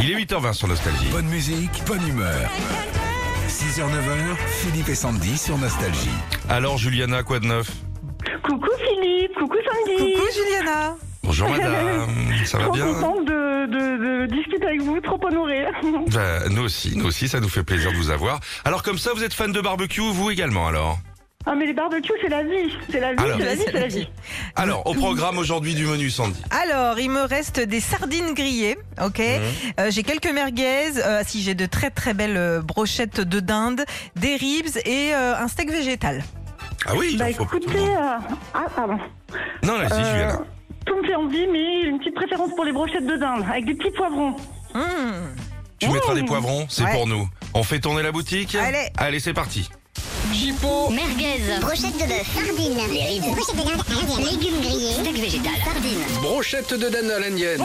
Il est 8h20 sur Nostalgie. Bonne musique, bonne humeur. 6h, 9h, Philippe et Sandy sur Nostalgie. Alors Juliana, quoi de neuf Coucou Philippe, coucou Sandy. Coucou Juliana Bonjour madame, ça va Trop bien contente de, de- de discuter avec vous, trop honorée. Ben, Nous aussi, nous aussi, ça nous fait plaisir de vous avoir. Alors comme ça, vous êtes fan de barbecue, vous également alors Ah mais les barbecues, c'est la vie, c'est la vie, Alors. c'est la vie, c'est la vie. Alors, au programme aujourd'hui du menu Sandy. Alors, il me reste des sardines grillées, ok Euh, J'ai quelques merguez, euh, si j'ai de très très belles euh, brochettes de dinde, des ribs et euh, un steak végétal. Ah oui, il Bah en faut pour tout écoutez, le monde. euh, ah pardon. Non, allez-y Euh, Juliana. Tout me fait envie, mais une petite préférence pour les brochettes de dinde avec des petits poivrons. Mmh. oh. Tu mettras des poivrons, c'est Ouais. pour nous. On fait tourner la boutique Allez. Allez, c'est parti. Merguez. Brochette de bœuf. Sardines. Les ribs. Brochette de dinde à l'intérieur. Légumes grillés. Steak végétal. Sardines. Brochette de dinde à l'indienne.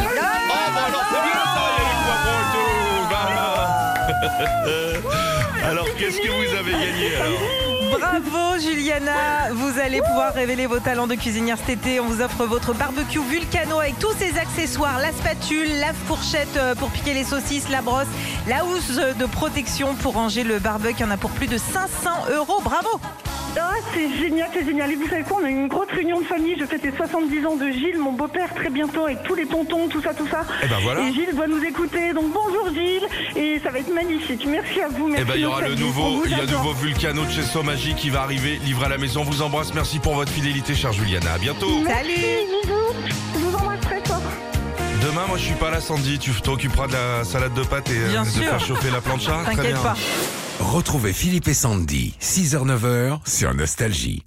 Alors, qu'est-ce que vous avez gagné alors Bravo Juliana, vous allez pouvoir révéler vos talents de cuisinière cet été. On vous offre votre barbecue Vulcano avec tous ses accessoires, la spatule, la fourchette euh, pour piquer les saucisses, la brosse, la housse de protection pour ranger le barbecue. Il y en a pour plus de 500 euros, bravo Ah c'est génial, c'est génial. Et vous savez quoi, on a eu une grosse réunion de famille. Je fête les 70 ans de Gilles, mon beau-père, très bientôt avec tous les tontons, tout ça, tout ça. Eh ben voilà. Et Gilles doit nous écouter, donc bonjour Gilles. Et ça va être magnifique. Merci à vous. Merci Eh ben il y aura le Nostalgie. On nouveau, vous il y a le adore. nouveau Vulcano de chez Somagie qui va arriver, livré à la maison. On Vous embrasse, merci pour votre fidélité, chère Juliana. À bientôt. Salut Bisous. Je vous embrasse très fort. Demain, moi je suis pas là, Sandy. Tu t'occuperas de la salade de pâtes et euh, Bien de sûr. faire chauffer la plancha. Ah, Très T'inquiète bien. pas Retrouvez Philippe et Sandy, 6h, 9h sur Nostalgie.